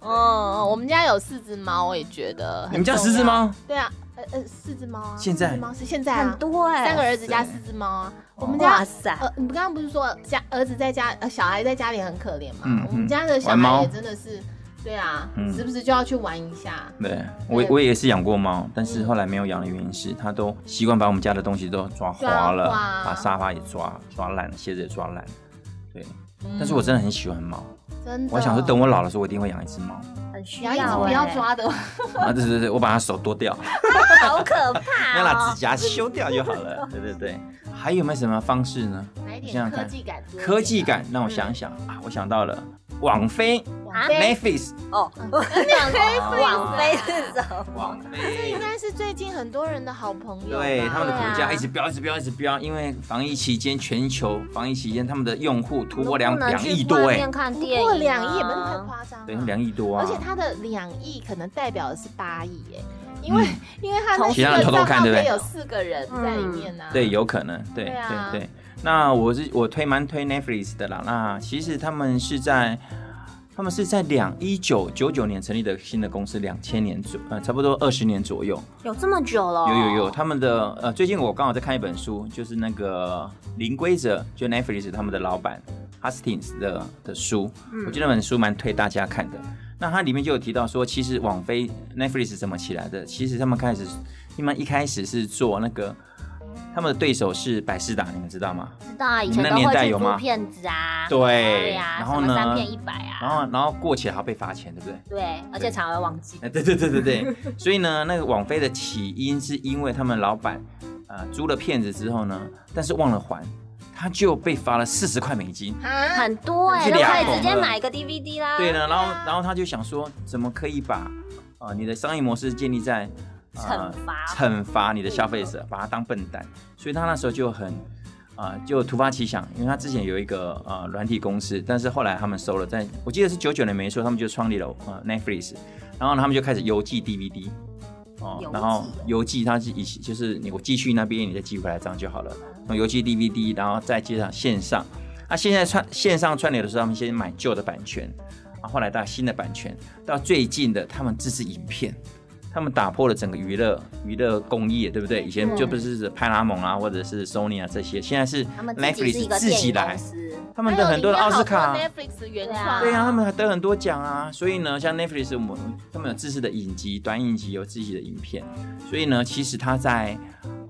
D: 哦
B: 哦嗯，我们家有四只猫，我也觉得很
C: 你们家
B: 重
C: 十只
B: 要
C: 猫？
B: 对啊，呃呃四只猫啊，
C: 现在
B: 四只猫是现在啊
D: 很，多哎、
B: 三个儿子加四只猫啊，我们家
D: 哇塞，
B: 呃，你刚刚不是说家儿子在家，呃，小孩在家里很可怜嘛？
C: 嗯
B: 我们家的小
C: 玩
B: 孩
C: 猫
B: 也真的是，对啊，
C: 嗯
B: 时不时就要去玩一下。
C: 对我我也是养过猫，但是后来没有养的原因是，它都习惯把我们家的东西都抓花了，
B: 抓花
C: 把沙发也抓抓烂，鞋子也抓烂。对，
B: 嗯
C: 但是我真的很喜欢猫，
B: 真的，哦
C: 我想说等我老的时候，我一定会养一只猫。
D: 很需
B: 你要一直
D: 哎
B: 不要，
C: 欸
B: 抓的，
C: 啊，对对对，我把它手剁掉，
D: 好可
C: 要把
D: 怕、哦
C: 指！甲修掉就好了。对对对，还有没有什么方式呢？
B: 来一
C: 想想
B: 点科
C: 看
B: 技感多一点啊，
C: 科技 感，让我想想啊，我想到了，网飞
B: 网
D: 啊
B: 飞。
C: Netflix，
D: 哦，网飞是什么？
C: 网飞
B: 应。该是最近很多人的好朋友吧，
C: 对，他们的股
D: 对
C: 价
D: 啊
C: 一直飙，一直飙，一直飙，因为防疫期间，全球防疫期间，他们的用户突破两
D: 不能
C: 两
D: 去
C: 亿多
D: 外
C: 哎
D: 面，看
B: 不
D: 电影啊
B: 过两亿也不是太夸张啊，
C: 对，两亿多啊，
B: 而且它的两亿可能代表的是八亿耶，因为因为它那
C: 嗯其他人
B: 个
C: 偷偷
B: 账
C: 看
B: 号
C: 对不
B: 可
C: 对
B: 以有四个人在里面啊呢，
C: 对，有可能，对
B: 对啊
C: 对对。那我是我推蛮推 Netflix 的啦，那其实他们是在。他们是在两一九九九年成立的新的公司，两千年左呃，差不多二十年左右。
D: 有这么久了哦？
C: 有有有，他们的呃，最近我刚好在看一本书，就是那个零规则，就 Netflix 他们的老板 Hastings 的的书，
D: 嗯
C: 我觉得那本书蛮推大家看的。那它里面就有提到说，其实网飞 Netflix 怎么起来的？其实他们开始，他们一开始是做那个，他们的对手是百事达，你们知道吗？
D: 知道啊，以
C: 你们
D: 前
C: 那
D: 都
C: 年
D: 会
C: 代
D: 去
C: 有吗
D: 租骗子啊，
C: 对
D: 呀，
C: 然
D: 什
C: 后
D: 么
C: 呢
D: 三片一百啊，
C: 然后然后过期还要被罚钱，对不对？
D: 对，而且常会忘记。
C: 哎，对对对对对，所以呢，那个网飞的起因是因为他们老板呃租了骗子之后呢，但是忘了还，他就被罚了四十块美金。
B: 啊，
D: 很多哎、
C: 去
D: 都
C: 俩
D: 可
C: 棚
D: 以直接
C: 了
D: 买一个 DVD 啦。
C: 对呢，啊然后然后他就想说，怎么可以把啊、呃你的商业模式建立在、呃
D: 惩罚
C: 惩罚你的消费者，把他当笨蛋？所以他那时候就很啊、呃就突发奇想，因为他之前有一个呃软体公司，但是后来他们收了，在我记得是九九年没错，他们就创立了呃 Netflix，然后他们就开始邮寄 DVD。哦
D: 邮，
C: 然后
D: 寄哦
C: 邮寄它是以就是你我寄去那边，你再寄回来这样就好了。
D: 嗯
C: 那邮寄 DVD，然后再接上线上。那、现在串线上串流的时候，他们先买旧的版权，啊，后来到新的版权，到最近的他们自制影片，他们打破了整个娱乐娱乐工业，对不对？以
D: 嗯
C: 前就不是派拉蒙啊，或者是 Sony 啊这些，现在是
D: 他们自己是一
C: Netflix
D: 个
C: 自
D: 电
C: 己
D: 影
C: 来
D: 公，司，
C: 他们的很多的奥斯卡啊
B: 还有里面好多 Netflix 原创啊，
D: 对
C: 对啊，他们还得很多奖啊。所以呢，像 Netflix，我们他们有自制的影集、短影集，有自己的影片。所以呢，其实他在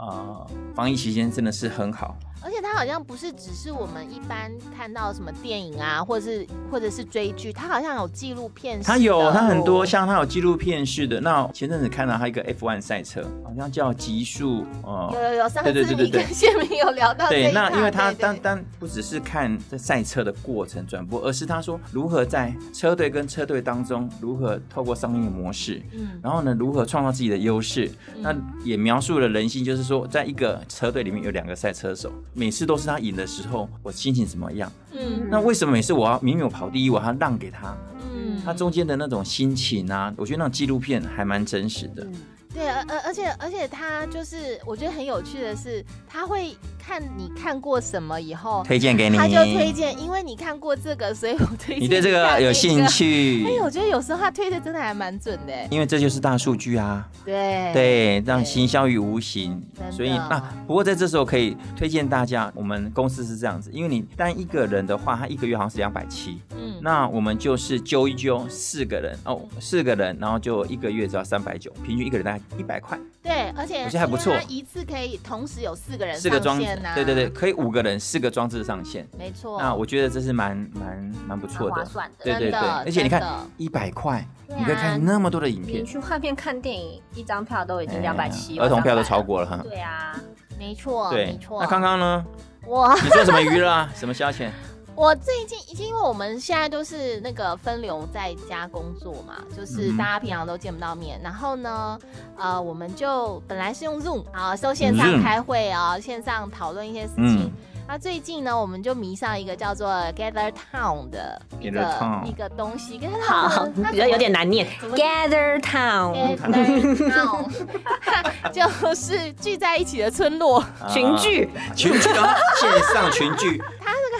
C: 呃防疫期间真的是很好。
B: 而且它好像不是只是我们一般看到什么电影啊，或者是或者是追剧，它好像有纪录片式的。
C: 他有他很多，
B: 哦
C: 像他有纪录片式的。那前阵子看到他一个 F1 赛车，好像叫极速呃，
B: 有有有，上次
C: 对对对
B: 你
C: 对
B: 跟谢明有聊到这
C: 对，
B: 一
C: 那因为他
B: 趴对
C: 单
B: 对
C: 单不只是看这赛车的过程转播，而是他说如何在车队跟车队当中，如何透过商业模式，
B: 嗯
C: 然后呢，如何创造自己的优势。
B: 嗯
C: 那也描述了人性，就是说，在一个车队里面有两个赛车手，每次都是他赢的时候，我心情怎么样？
B: 嗯
C: 那为什么每次我要明明我跑第一，我还要让给他？
B: 嗯，
C: 他中间的那种心情啊，我觉得那种纪录片还蛮真实的。
B: 对，而而而且而且他就是我觉得很有趣的是，他会看你看过什么以后，
C: 推荐给你，
B: 他就推荐，因为你看过这个，所以我推荐。
C: 你对这个有兴？趣
B: 哎、，我觉得有时候他推的真的还蛮准的、哎
C: 因为这就是大数据啊。
B: 对，
C: 对，让行销于无形
B: 真。的
C: 所以那不过在这时候可以推荐大家，我们公司是这样子，因为你单一个人的话，他一个月好像是两百七，
B: 嗯，
C: 那我们就是揪一揪四个人哦，四个人，然后就一个月只要三百九，平均一个人大概一百块，
B: 对，而且
C: 我觉得还不错
B: 因为他一次可以同时有四个人
C: 四个装
B: 上啊
C: 置
B: 线呐、，
C: 对对对，，可以五个人四个装置上线。
B: 没错。
C: 那我觉得这是蛮蛮蛮不错
D: 蛮
C: 的
D: 划算的，
C: 对对
B: 真的
C: 对，而且你
B: 真
C: 看
B: 的
C: 一百块，
D: 对啊
C: 你可以看那么多的影
D: 你
C: 片，
D: 去外面看电影，一张票都已经
C: 哎
D: 两百七，
C: 儿童票都超
D: 过。
C: 过了哈。
D: 对啊，
B: 没错，
C: 对
B: 哦没，错。
C: 那康康呢？
B: 我
C: 你做什么娱乐啊？ 什么消遣？
B: 我最近，因为我们现在都是那个分流在家工作嘛，就是
C: 嗯
B: 大家平常都见不到面。然后呢，呃，我们就本来是用 Zoom 啊，收线上
C: 嗯 Zoom
B: 开会啊，线上讨论一些事情
C: 嗯。
B: 那、最近呢，我们就迷上一个叫做 Gather Town 的一个
C: Gather Town
B: 一个东西。Gather
D: 好
B: Town，它
D: 比较有点难念。
B: 怎么
D: Gather Town
B: Gather Town，它就是聚在一起的村落。
C: 啊
D: 群，聚，
C: 哦 群聚啊，线上群聚，
B: 个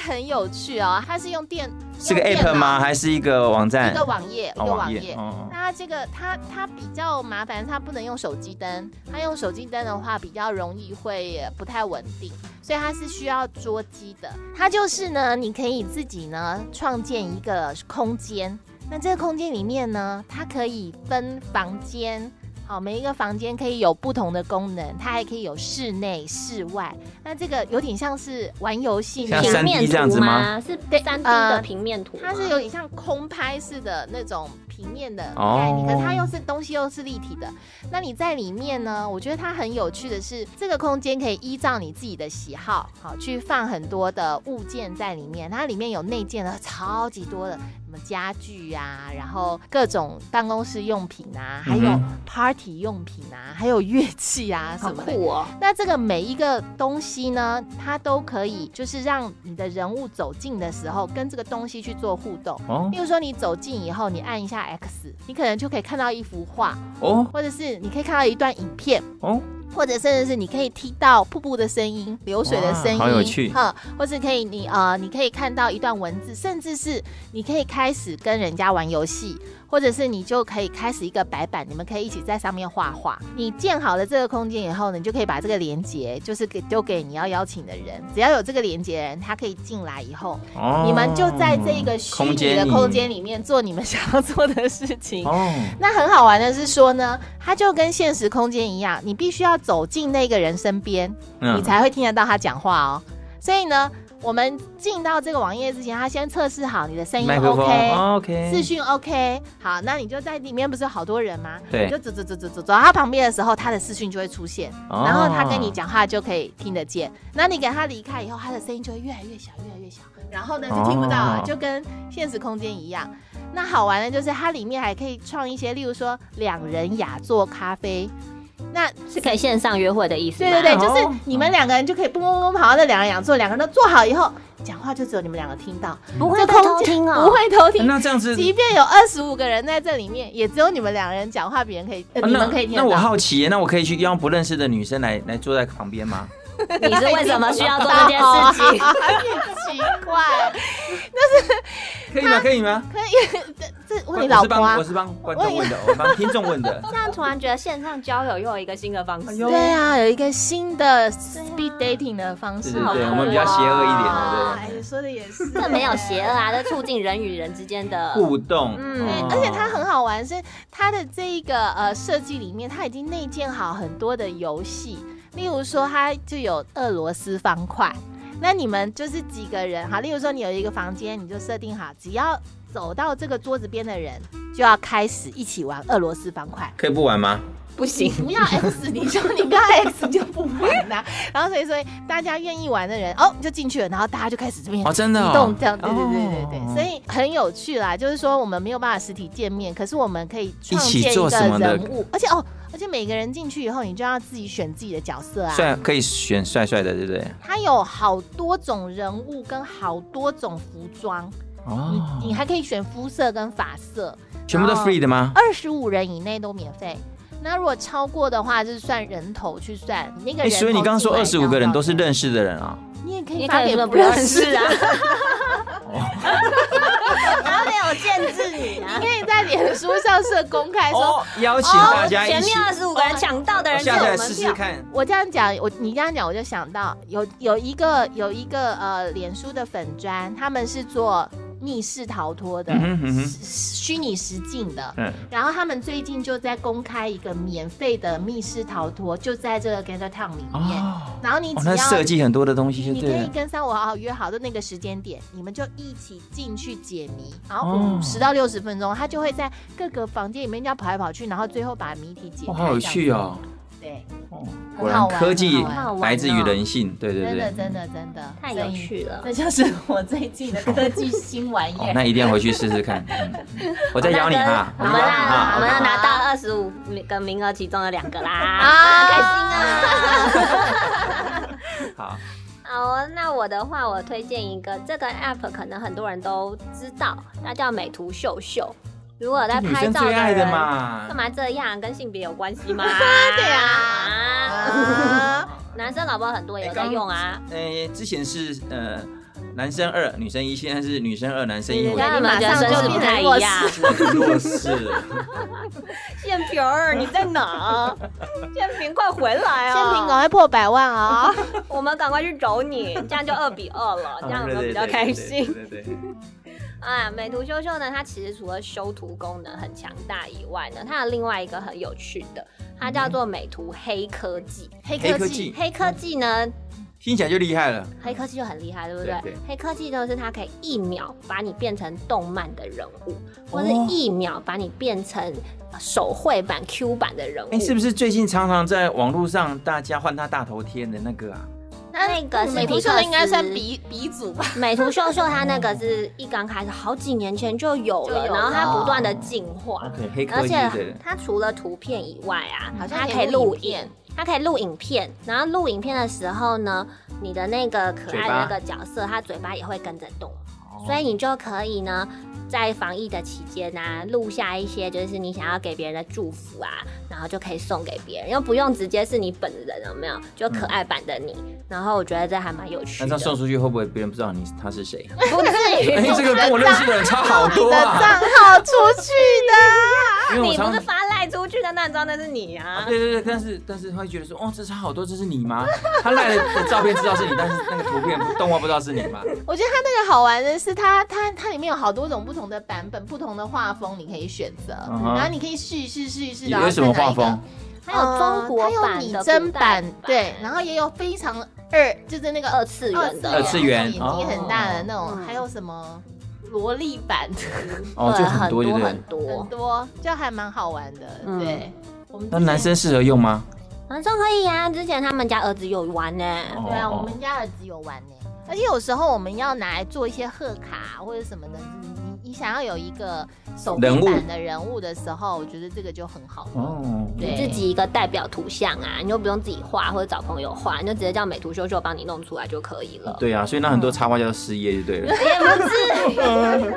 B: 很有趣哦，它是用电
C: 是个
B: 用电
C: app 吗？
B: 脑
C: 还是一个网站？
B: 一个网页，一
C: 哦
B: 个网
C: 页
B: 页。。
C: 哦哦
B: 那它这个它它比较麻烦，它不能用手机灯，它用手机灯的话比较容易会呃不太稳定，所以它是需要桌机的。它就是呢，你可以自己呢创建一个空间，那这个空间里面呢，它可以分房间。好，每一个房间可以有不同的功能，它还可以有室内、室外。那这个有点像是玩游戏那
C: 哦像三 D
B: 样
D: 平面
C: 这样
D: 图
C: 子
D: 吗？
C: 吗
D: 是
B: 对
D: 三 D
B: 呃
D: 的平面图啊吗，
B: 它是有点像空拍式的那种平面的
C: 哦
B: 概念，可是它又是东西又是立体的。那你在里面呢？我觉得它很有趣的是，这个空间可以依照你自己的喜好，好去放很多的物件在里面。它里面有内建的超级多的，什么家具啊，然后各种办公室用品啊，还有
C: 嗯
B: party 用品啊，还有乐器啊
D: 好
B: 什么的。
D: 酷哦！
B: 那这个每一个东西呢，它都可以就是让你的人物走近的时候，跟这个东西去做互动。
C: 哦
B: 例如说，你走近以后，你按一下 X，你可能就可以看到一幅画，
C: 哦
B: 或者是你可以看到一段影片，
C: 哦，
B: 或者甚至是你可以听到瀑布的声音、流水的声音，
C: 哇好有趣
B: 哈，或是可以你呃，你可以看到一段文字，甚至是你可以开始跟人家玩游戏，或者是你就可以开始一个白板，你们可以一起在上面画画。你建好了这个空间以后呢，你就可以把这个连接，就是给丢给你要邀请的人，只要有这个连接的人，他可以进来以后，
C: 哦
B: 你们就在这一个虚
C: 空
B: 拟
C: 间
B: 的
C: 里
B: 空间里面做你们想要做的事情。
C: 哦，
B: 那很好玩的是说呢，它就跟现实空间一样，你必须要走进那个人身边，你
C: 嗯，
B: 才会听得到他讲话哦。所以呢，我们进到这个网页之前，他先测试好你的声音
C: 麦克风哦
B: OK。
C: OK，
B: 视讯 OK，好，那你就在里面不是有好多人吗？
C: 对
B: 你就走走走走走走到他旁边的时候，他的视讯就会出现，
C: 哦
B: 然后他跟你讲话就可以听得见。那你给他离开以后，他的声音就会越来越小，越来越小，然后呢就听不到了，
C: 哦
B: 就跟现实空间一样。那好玩的就是它里面还可以创一些，例如说两人雅座咖啡，那
D: 是可以线上约会的意思
B: 对
D: 吗。
B: 对对，
C: 哦
B: 就是你们两个人就可以蹦蹦蹦跑到那两个人雅座，两个人都坐好以后，讲话就只有你们两个听到，
D: 不会
B: 这
D: 被
B: 空
D: 偷
B: 间
D: 听哦，
B: 不会偷听。
C: 那这样子，
B: 即便有二十五个人在这里面，也只有你们两个人讲话，别人可以，呃
C: 啊
B: 你
C: 那
B: 们可以听
C: 那
B: 得
C: 我
B: 到。
C: 好奇耶，那我可以去邀不认识的女生来来坐在旁边吗？
D: 你是为什么需要做这件事情？
B: 情奇怪，
C: 可以吗？可以吗？
B: 这
C: 我
B: 问你老
C: 我是
B: 婆啊
C: 帮我？是帮观众问的，我帮听众问 的。
D: 这样突然觉得线上交友又有一个新的方式，
C: 呦
B: 对啊，有一个新的 speed dating 的方
C: 对
B: 式，
C: 对
D: 好
C: 对，
D: 酷
C: 我们比较邪恶一点的，
B: 哎，你说的也是，
D: 这没有邪恶啊，这促进人与人之间的
C: 对，互动。
D: 嗯
C: 哦
B: 而且它很好玩，是它的这一个呃设计里面，它已经内建好很多的游戏，例如说它就有俄罗斯方块，那你们就是几个人哈，例如说你有一个房间，你就设定好，只要走到这个桌子边的人就要开始一起玩俄罗斯方块。
C: 可以不玩吗？
D: 不行。
B: 不要 X，你就你不要 X 就不玩啦、然后所以所以大家愿意玩的人哦就进去了，然后大家就开始这边
C: 哦，真的
B: 移
C: 哦
B: 动，这样，对对对对
C: 哦
B: 对，所以很有趣啦。就是说我们没有办法实体见面，可是我们可以创
C: 一起
B: 建一个
C: 做什么的
B: 人物，而且哦，而且每个人进去以后，你就要自己选自己的角色啊。
C: 帅可以选帅帅的，对不对？
B: 它有好多种人物跟好多种服装，
C: 哦
B: 你，你还可以选肤色跟发色，
C: 全部都
B: 然后
C: free 的吗？
B: 二十五人以内都免费。那如果超过的话，就是算人头去算那
C: 哎，
B: 个人头进来。
C: 所以你刚刚说二十五个人都是
B: 这样
C: 认识的人啊？
B: 多少钱，你也可以
D: 你
B: 发
D: 可
B: 给
D: 以
B: 不
D: 不认
B: 认识
D: 识
B: 啊
D: 啊，，
B: 他没有限制
D: 你啊
B: 你可以在脸书上设公开说，
C: 哦，邀请大家一
D: 前
C: 起哦
D: 面，二十五个人抢到的人就
C: 下次
D: 有
C: 来
D: 门
C: 试试
D: 票。
C: 看。
B: 我这样讲，我你这样讲，我就想到有有一个有一个呃，脸书的粉砖，他们是做密室逃脱的
C: 嗯，哼嗯哼
B: 实虚拟实境的。
C: 嗯，
B: 然后他们最近就在公开一个免费的密室逃脱，就在这个 Gander Town 里面。
C: 哦，
B: 然后你
C: 哦
B: 只
C: 那
B: 要、
C: 设计很多的东西就
B: 你
C: 对
B: 可以
C: 了。
B: 跟三五好友约好的那个时间点，你们就一起进去解谜，然后
C: 哦
B: 五十到六十分钟，他就会在各个房间里面这样跑来跑去，然后最后把谜题解开。
C: 哇，好有趣
B: 这样
C: 哦！
B: 子！对，
C: 哦
B: 很
C: 果
B: 好
C: 然
B: 玩
C: 科技
B: 很好玩
D: 好玩
C: 来自于
D: 哦
C: 人性，对对
B: 真的
C: 对。
B: 真的真的
D: 太有。趣了
B: 所以这就是我最近的科技新玩意
C: 哦
B: 儿，。
C: 那一定要回去试试看。嗯我再邀你哈，
D: 我
C: 再
D: 们
C: 邀你
D: 要
C: 哈
D: 我们
C: OK
D: 要拿到二十五个名额其中的两个啦，
B: 啊
D: 啊，开心啊！
C: 好，
D: 好哦，那我的话，我推荐一个这个 app，可能很多人都知道，它叫美图秀秀。如果有在
C: 女
D: 拍
C: 生
D: 照
C: 最爱的
D: 人，
C: 嘛
D: 干。嘛这样？跟性别有关系吗？
B: 对啊
D: 啊
B: 啊
D: 男生老婆很多也有在用啊。
C: 呃，之前是呃男生二，女生一，现在是女生二，男生一。
B: 对
C: 我
B: 对
D: 那你
B: 对
D: 们觉得
B: 马上
D: 身世
B: 就
D: 不
B: 变
D: 太
B: 成
D: 一
B: 弱
D: 样？
C: 弱势，
D: 建平儿，你在 哪？建平，快回来啊！
B: 建平赶快破百万 啊！
D: 我们赶快去 找你，这样就二比二了，这样我们比较开 心。
C: 嗯对对对对对
D: 啊，美图秀秀呢，它其实除了修图功能很强大以外呢，它有另外一个很有趣的，它叫做美图黑科技。
B: 黑
C: 黑科
B: 技
C: 技
D: 黑科技呢，
C: 听起来就厉害了。
D: 黑科技就很厉害，对不对？
C: 对对
D: 黑科技呢是它可以一秒把你变成动漫的人物，或者
C: 哦
D: 一秒把你变成手绘版 Q 版的人物。
C: 哎，是不是最近常常在网络上大家换他大头贴的那个啊？
D: 那个是
B: 美图
D: 皮
B: 秀
D: 克
B: 秀应该
D: 斯
B: 算鼻鼻祖吧？
D: 美图秀秀它那个是一刚开始好几年前就有了，
B: 就有了哦
D: 然后它不断的进化。
C: OK，黑哦科
D: 而
C: 技
D: 且
C: 对
D: 它除了图片以外啊，
B: 好像
D: 它
B: 可
D: 可
B: 以
D: 以
B: 录
D: 录
B: 影片
D: 影，它可以录影片，然后录影片的时候呢，你的那个可爱
C: 嘴
D: 的
C: 巴
D: 那个角色，它嘴巴也会跟着动，
C: 哦
D: 所以你就可以呢，在防疫的期间啊，录下一些就是你想要给别人的祝福啊，然后就可以送给别人，又不用直接是你本人，有没有？就可爱版的你，然后我觉得这还蛮有趣
C: 嗯那这样送
D: 的，
C: 出去会不会别人不知道你他是谁？
D: 不至于
C: 哎，这个跟我认识的人差好
B: 你
C: 多
B: 的
C: 啊！
B: 账号出去
C: 因为我
D: 你
C: 常
D: 不是发赖出去的，那你知道那是你
C: 啊，？
D: 啊
C: 对对对，但是但是会觉得说，哦，这差好多，这是你吗？他赖的照片知道是你，但是那个图片动画不知道是你吗？
B: 的。我觉得它那个好玩的是它，它它里面有好多种不同的版本、不同的画风，你可以选择，
C: 嗯哼
B: 然后你可以试一试、试一试，
C: 有
B: 然后
C: 有什么
B: 再拿
C: 画
B: 一个
C: 风？
D: 还有中国
B: 呃它有
D: 版的
B: 拟真
D: 古代
B: 版，对，然后也有非常二，就是那个
D: 二次元的
C: 二次元
B: 眼睛很大的那种，
D: 哦
B: 还有什么萝莉版，
C: 哦，就
D: 对
C: 很
D: 很
C: 多，对不对
D: 很？多
B: 很，多，就还蛮好玩的。
D: 嗯
B: 对，我们
C: 那
B: 之前
C: 男生适合用吗？
D: 男生可以啊。之前他们家儿子有玩呢、
C: 哦
B: 对啊，
C: 哦
B: 我们家儿子有玩呢、而且有时候我们要拿来做一些贺卡啊或者什么的，你你想要有一个手绘
C: 人物
B: 版的人物的时候，我觉得这个就很好用。
C: 哦，
B: 对啊
D: 你自己一个代表图像啊，你就不用自己画或者找朋友画，你就直接叫美图秀秀帮你弄出来就可以了。
C: 对啊，所以那很多插画家都失业就对
B: 哎
C: 了。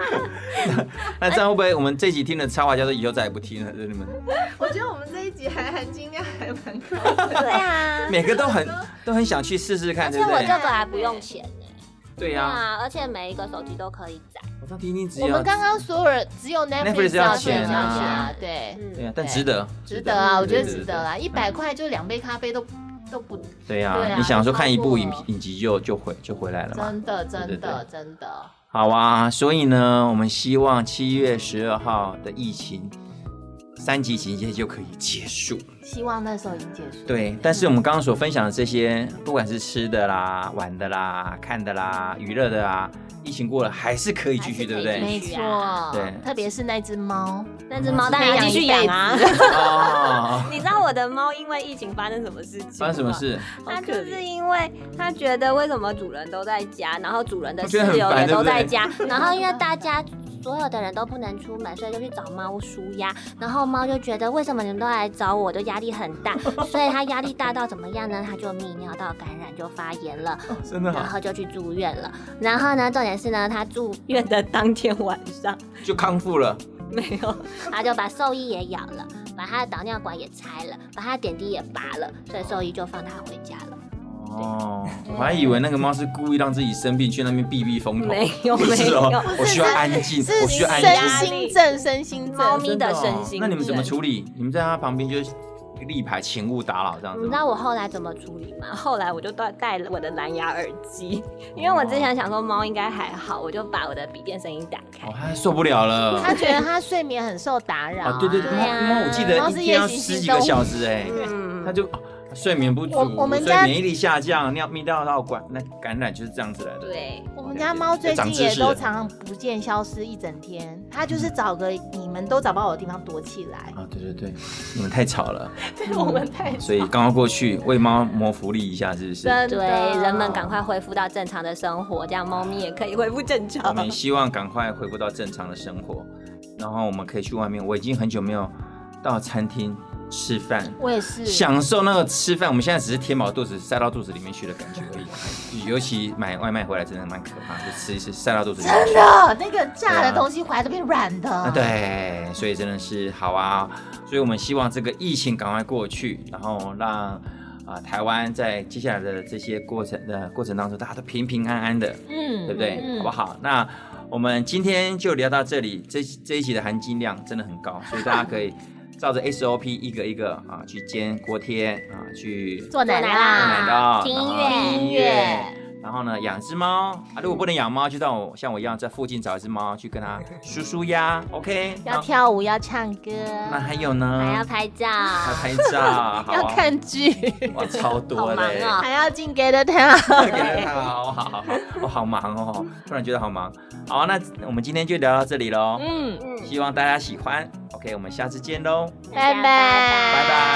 C: 那这样会不会我们这集听的插画家都以后再也不听了？就 你们
E: 我觉得我们这一集还含金量还蛮高。
D: 对啊，
C: 每个都很都很想去试试看，
D: 而且
C: 对不
D: 我这
C: 对？
D: 个还不用钱呢、
C: 对
D: 对
C: 呀，
D: 啊，而且每一个手机都可以载。
C: 我到听听只
B: 嗯我
C: 要
B: 们刚刚所有人只有 Netflix
C: 要
B: 要
C: 钱
B: 钱
C: 啊
B: 啊，对，
C: 对
D: 嗯，
C: 啊，但值得，
B: 值得啊，我觉得
C: 对
B: 值得。啊，一百块就两杯咖啡都都不
C: 对
B: 对
C: 呀，
B: 啊
C: 你想说看一部
B: 差
C: 影
B: 不多
C: 影集就就回就回来了嘛？
B: 真的真
C: 对对
B: 的真的，
C: 好啊，所以呢，我们希望七月十二号的疫情三级警戒就可以结束。
B: 希望那时候已经结束。
C: 对，但是我们刚刚所分享的这些，不管是吃的啦、玩的啦、看的啦、娱乐的啦，疫情过了还是可以继续，对不
D: 还是可以
C: 对？
B: 没
D: 继续
B: 错
D: 啊，
C: 对
B: 特别是那只猫，
D: 嗯那只猫当然要继续养 啊。
C: 哦，
D: 你知道我的猫因为疫情发生什么事情吗？
C: 发生什么事？
D: 它就是因为它觉得为什么主人都在家，然后主人的
C: 我
D: 室
C: 觉得很
D: 友也
C: 烦对
D: 都
C: 不对
D: 在家，然后因为大家所有的人都不能出门，所以就去找猫舒压。然后猫就觉得为什么你们都来找我，就压力很 大，所以它压力大到怎么样呢？它就泌尿道感染就发炎 了，
C: 真的
D: 然
C: 好，
D: 后就去住院了。然后呢，重点是呢，它住院的当天晚上
C: 就康复了。
D: 没有，它就把兽医也咬了，把它的导尿管也拆了，把它的点滴也拔了，所以兽医就放它回家了。
C: 哦，我还以为那个猫是故意让自己生病，去那边避避风头。
D: 没有
C: 不 是
D: 没
C: 哦
D: 有，
C: 我需要安静，我需要安
B: 身
D: 神
C: 静。
B: 心症，身心
D: 猫
B: 症。
D: 咪的哦身心。
C: 那你们怎么？处理？你们在它旁边就立牌，请勿打扰这样
D: 你
C: 子
D: 知
C: 吗。
D: 道我后来怎么处理吗？ 后来我就戴戴了我的蓝牙耳机，因为我之前想说猫应该还好，我就把我的笔电声音打开。
C: 哦，它受不了了。
D: 啊
B: 他觉得他睡眠很受打扰、
C: 啊，对对对，
D: 对啊
C: 猫我记得
B: 猫
C: 一
B: 是
C: 天要
B: 夜行
C: 十
B: 性
C: 几个
B: 动物
C: 小时哎、
D: 嗯
C: 它就、啊睡眠不足，
B: 我我们
C: 所以
B: 家
C: 免疫力下降，尿泌尿道管那感染就是这样子来的。
D: 对，
B: 我们家猫最近也都常常不见消失一整天，它就是
C: 嗯
B: 找个你们都找不到我的地方躲起来。
C: 啊，对对对，你们太吵了，
B: 对，我们太
C: 所以刚刚过去为猫谋福利一下，是不是？
B: 真的
D: 对，人们赶快恢复到正常的生活，这样猫咪也可以恢复正
C: 我
D: 常。
C: 们希望赶快恢复到正常的生活，然后我们可以去外面。我已经很久没有到餐厅吃饭，
B: 我也是，
C: 享受那个吃饭。我们现在只是填饱肚子，塞到肚子里面去的感觉而已。尤其买外卖回来真的蛮可怕，就吃一吃塞到肚子里面去。
B: 真的那个炸的东西回来都变软的。
C: 啊，对，所以真的是好啊，所以我们希望这个疫情赶快过去，然后让啊、台湾在接下来的这些过程的、过程当中，大家都平平安安的，
D: 嗯
C: 对不对？
D: 嗯
C: 好不好？那我们今天就聊到这里，这这一集的含金量真的很高，所以大家可以照着 SOP 一个一个啊去煎锅贴啊去
B: 做奶
D: 做奶啦
C: 奶酪，
B: 啦，
D: 听
C: 然后
D: 音乐
C: 听音
D: 听音乐
C: 乐。然后呢，养只猫啊，如果不能养猫，就让我像我一样在附近找一只猫去跟它梳梳呀，OK？
B: 要
C: 然后
B: 跳舞，要唱歌，
C: 那还有呢？
D: 还要拍照，
C: 还拍照，好
B: 要
C: 啊
B: 看 剧，
C: 哇，超多
D: 好忙
C: 的。
D: 哦。
B: 还要进 Get Town。
C: 给他看啊，我好好好，我好忙哦，突然觉得好忙。好，那我们今天就聊到这里喽，
B: 嗯。
D: 嗯，
C: 希望大家喜欢。OK，我们下次见喽，
B: 拜拜
C: 拜拜。